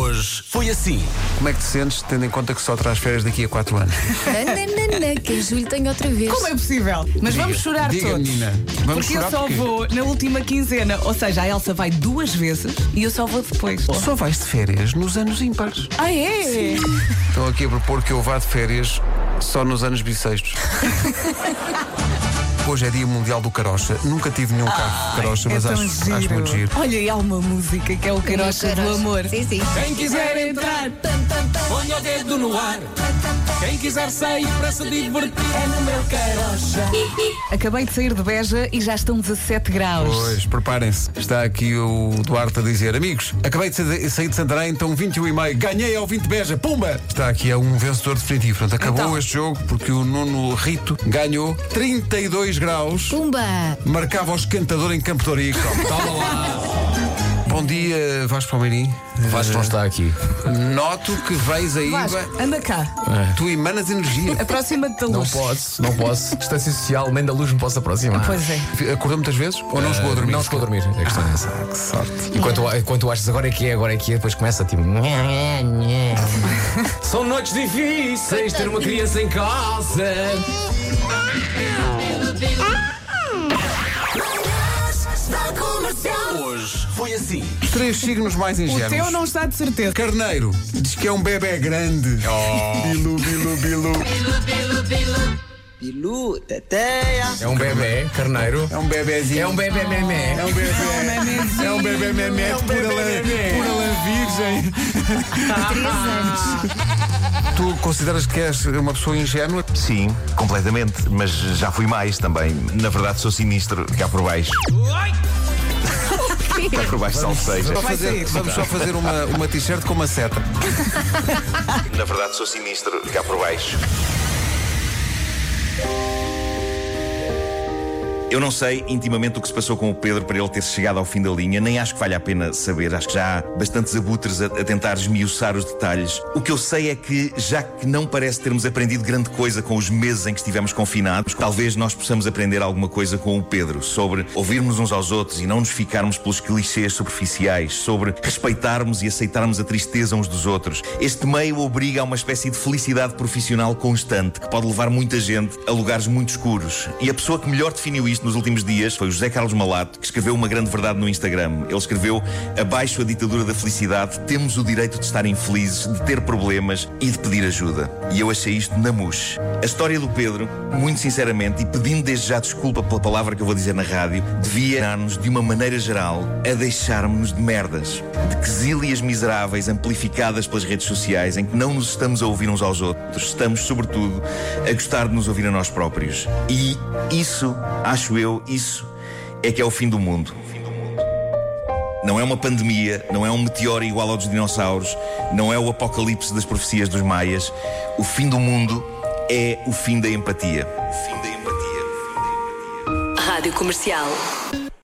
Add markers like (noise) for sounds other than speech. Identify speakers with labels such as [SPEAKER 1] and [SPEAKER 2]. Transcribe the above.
[SPEAKER 1] Hoje foi assim.
[SPEAKER 2] Como é que te sentes, tendo em conta que só traz férias daqui a 4 anos?
[SPEAKER 3] Nananana, que em julho tenho outra vez.
[SPEAKER 4] Como é possível? Mas vamos chorar
[SPEAKER 2] diga,
[SPEAKER 4] todos.
[SPEAKER 2] menina. Vamos
[SPEAKER 4] porque
[SPEAKER 2] chorar
[SPEAKER 4] eu só
[SPEAKER 2] porquê?
[SPEAKER 4] vou na última quinzena. Ou seja, a Elsa vai duas vezes e eu só vou depois.
[SPEAKER 2] Só vais de férias nos anos ímpares.
[SPEAKER 4] Ah, é?
[SPEAKER 2] Estão aqui a propor que eu vá de férias só nos anos bissextos.
[SPEAKER 4] (laughs)
[SPEAKER 2] Hoje é Dia Mundial do Carocha. Nunca tive nenhum carro de carocha, mas
[SPEAKER 4] é tão
[SPEAKER 2] acho, acho muito giro.
[SPEAKER 4] Olha, e há uma música que é o Carocha do Amor.
[SPEAKER 3] Sim, sim.
[SPEAKER 1] Quem quiser entrar, ponha o dedo no ar. Quem quiser sair para se divertir, é no meu carocha.
[SPEAKER 4] Acabei de sair de Beja e já estão 17 graus.
[SPEAKER 2] Pois, preparem-se. Está aqui o Duarte a dizer: Amigos, acabei de sa- sair de Santarém, então 21,5. Ganhei ao 20 Beja, pumba! Está aqui é um vencedor definitivo. Portanto, acabou
[SPEAKER 4] Então.
[SPEAKER 2] este jogo porque o Nuno Rito ganhou 32 graus.
[SPEAKER 3] Pumba!
[SPEAKER 2] Marcava o esquentador em Campo de
[SPEAKER 4] (laughs)
[SPEAKER 2] Orico. Toma lá! Bom dia, Vasco Palmeirim. Eh,
[SPEAKER 1] Vasco não está aqui.
[SPEAKER 2] Noto que vens aí.
[SPEAKER 4] Vasco,
[SPEAKER 2] vai-
[SPEAKER 4] anda cá.
[SPEAKER 1] É.
[SPEAKER 2] Tu emanas energia.
[SPEAKER 4] Aproxima-te da
[SPEAKER 5] Não
[SPEAKER 4] luz.
[SPEAKER 5] posso, não posso. Distância social, nem da luz me posso aproximar.
[SPEAKER 4] Pois é.
[SPEAKER 2] Acordou muitas vezes? Ou
[SPEAKER 1] Eh,
[SPEAKER 2] não chegou a dormir?
[SPEAKER 5] Não chegou a dormir, a questão é essa.
[SPEAKER 2] Que sorte.
[SPEAKER 5] Enquanto, enquanto achas agora é que é, agora é que é, depois começa tipo. (laughs) São noites difíceis ter uma criança em casa.
[SPEAKER 1] Hoje foi assim.
[SPEAKER 2] Os três signos mais
[SPEAKER 4] O
[SPEAKER 2] ingênuos.
[SPEAKER 4] teu não está de certeza.
[SPEAKER 2] Carneiro diz que é um bebê grande. Bilu, bilu, bilu.
[SPEAKER 6] Bilu, teteia.
[SPEAKER 5] É um bebê, carneiro.
[SPEAKER 2] É um bebezinho.
[SPEAKER 5] É um bebê
[SPEAKER 2] É
[SPEAKER 5] memé.
[SPEAKER 2] um bebê. É um bebê memé de pura lã- pura lã virgem. (laughs) Tu consideras que és uma pessoa ingênua?
[SPEAKER 7] Sim, completamente, mas já fui mais também. Na verdade, sou sinistro cá por baixo. cá por baixo, salve seja.
[SPEAKER 2] Só fazer-
[SPEAKER 4] sair.
[SPEAKER 2] vamos só fazer uma, uma t-shirt com uma seta.
[SPEAKER 7] Na verdade, sou sinistro cá por baixo. Eu não sei intimamente o que se passou com o Pedro para ele ter chegado ao fim da linha, nem acho que vale a pena saber. Acho que já há bastantes abutres a, a tentar esmiuçar os detalhes. O que eu sei é que, já que não parece termos aprendido grande coisa com os meses em que estivemos confinados, talvez nós possamos aprender alguma coisa com o Pedro sobre ouvirmos uns aos outros e não nos ficarmos pelos clichês superficiais, sobre respeitarmos e aceitarmos a tristeza uns dos outros. Este meio obriga a uma espécie de felicidade profissional constante que pode levar muita gente a lugares muito escuros. E a pessoa que melhor definiu isto nos últimos dias foi o José Carlos Malato, que escreveu uma grande verdade no Instagram. Ele escreveu: Abaixo a ditadura da felicidade, temos o direito de estar infelizes, de ter problemas e de pedir ajuda. E eu achei isto na mousse. A história do Pedro, muito sinceramente, e pedindo desde já desculpa pela palavra que eu vou dizer na rádio, devia ensinar-nos, de uma maneira geral, a deixarmos de merdas, de quesílias miseráveis amplificadas pelas redes sociais, em que não nos estamos a ouvir uns aos outros, estamos, sobretudo, a gostar de nos ouvir a nós próprios. E isso, acho eu, isso é que é o fim do mundo. Não é uma pandemia, não é um meteoro igual ao dos dinossauros, não é o apocalipse das profecias dos maias. O fim do mundo é o fim da empatia. O fim da empatia.
[SPEAKER 8] Rádio Comercial.